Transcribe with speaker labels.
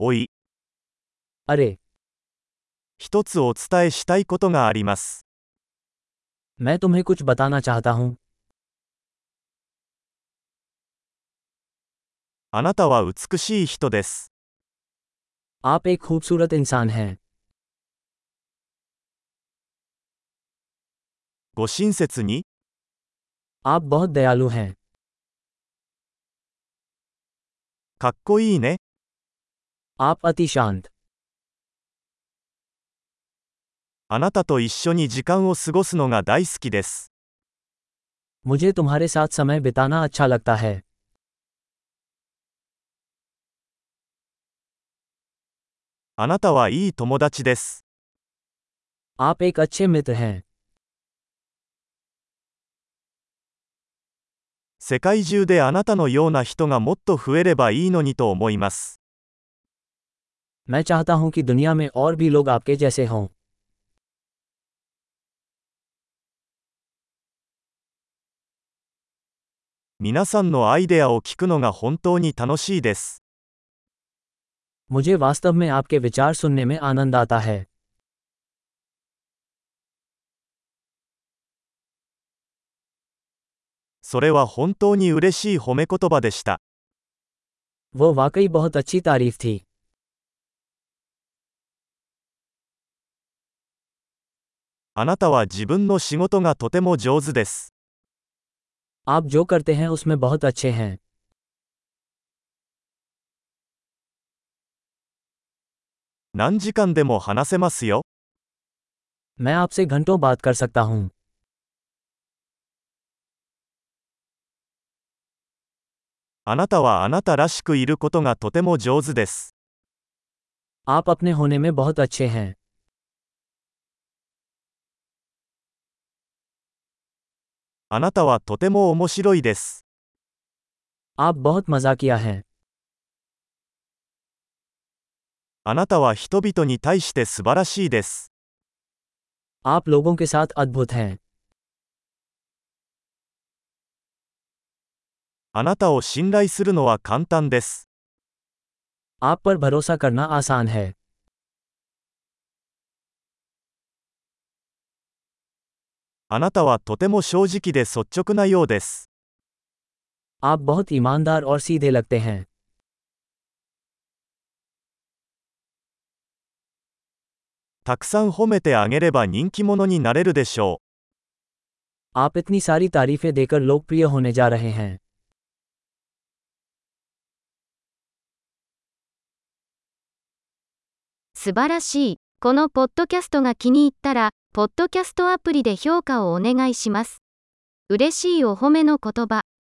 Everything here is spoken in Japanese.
Speaker 1: おい、
Speaker 2: अरे
Speaker 1: 一つお伝えしたいことがあります。
Speaker 2: मैं तुम्हें कुछ बताना चाहता हूँ
Speaker 1: あなたは美しい人です。
Speaker 2: आप एक खूबसूरत इंसान हैं
Speaker 1: ご親切に、
Speaker 2: आप बहुत दयालु हैं
Speaker 1: かっこいいね。
Speaker 2: आप अति शांत
Speaker 1: あなたと一緒に時間を過ごすのが大好きです。
Speaker 2: मुझे तुम्हारे साथ समय बिताना अच्छा लगता है
Speaker 1: あなたはいい友達です。
Speaker 2: आप एक अच्छे मित्र हैं
Speaker 1: 世界中であなたのような人がもっと増えればいいのにと思います。
Speaker 2: मैं चाहता हूँ कि दुनिया में और भी लोग आपके जैसे हों
Speaker 1: 皆さんのアイデアを聞くのが本当に楽しいです。
Speaker 2: मुझे वास्तव में आपके विचार सुनने में आनंद आता है
Speaker 1: それは本当に嬉しい褒め言葉でした。
Speaker 2: वो वाकई बहुत अच्छी तारीफ थी
Speaker 1: あなたは自分の仕事がとても上手です。
Speaker 2: आप जो करते हैं उसमें बहुत अच्छे हैं
Speaker 1: 何時間でも話せますよ。
Speaker 2: मैं आपसे घंटों बात कर सकता हूँ
Speaker 1: あなたはあなたらしくいることがとても上手です。
Speaker 2: आप अपने होने में बहुत अच्छे हैं
Speaker 1: あなたはとても面白いです。
Speaker 2: आप बहुत मजाकिया हैं
Speaker 1: あなたは人々に対して素晴らしいです。
Speaker 2: आप लोगों के साथ अद्भुत हैं
Speaker 1: あなたを信頼するのは簡単です。
Speaker 2: आप पर भरोसा करना आसान है
Speaker 1: あなたはとても正直で率直なようです。
Speaker 2: आप बहुत ईमानदार और सीधे लगते हैं
Speaker 1: たくさん褒めてあげれば人気者になれるでしょう。
Speaker 2: आप इतनी सारी तारीफें देकर लोकप्रिय होने जा रहे हैं
Speaker 3: 「素晴らしい」このポッドキャストが気に入ったら、ポッドキャストアプリで評価をお願いします。嬉しいお褒めの言葉。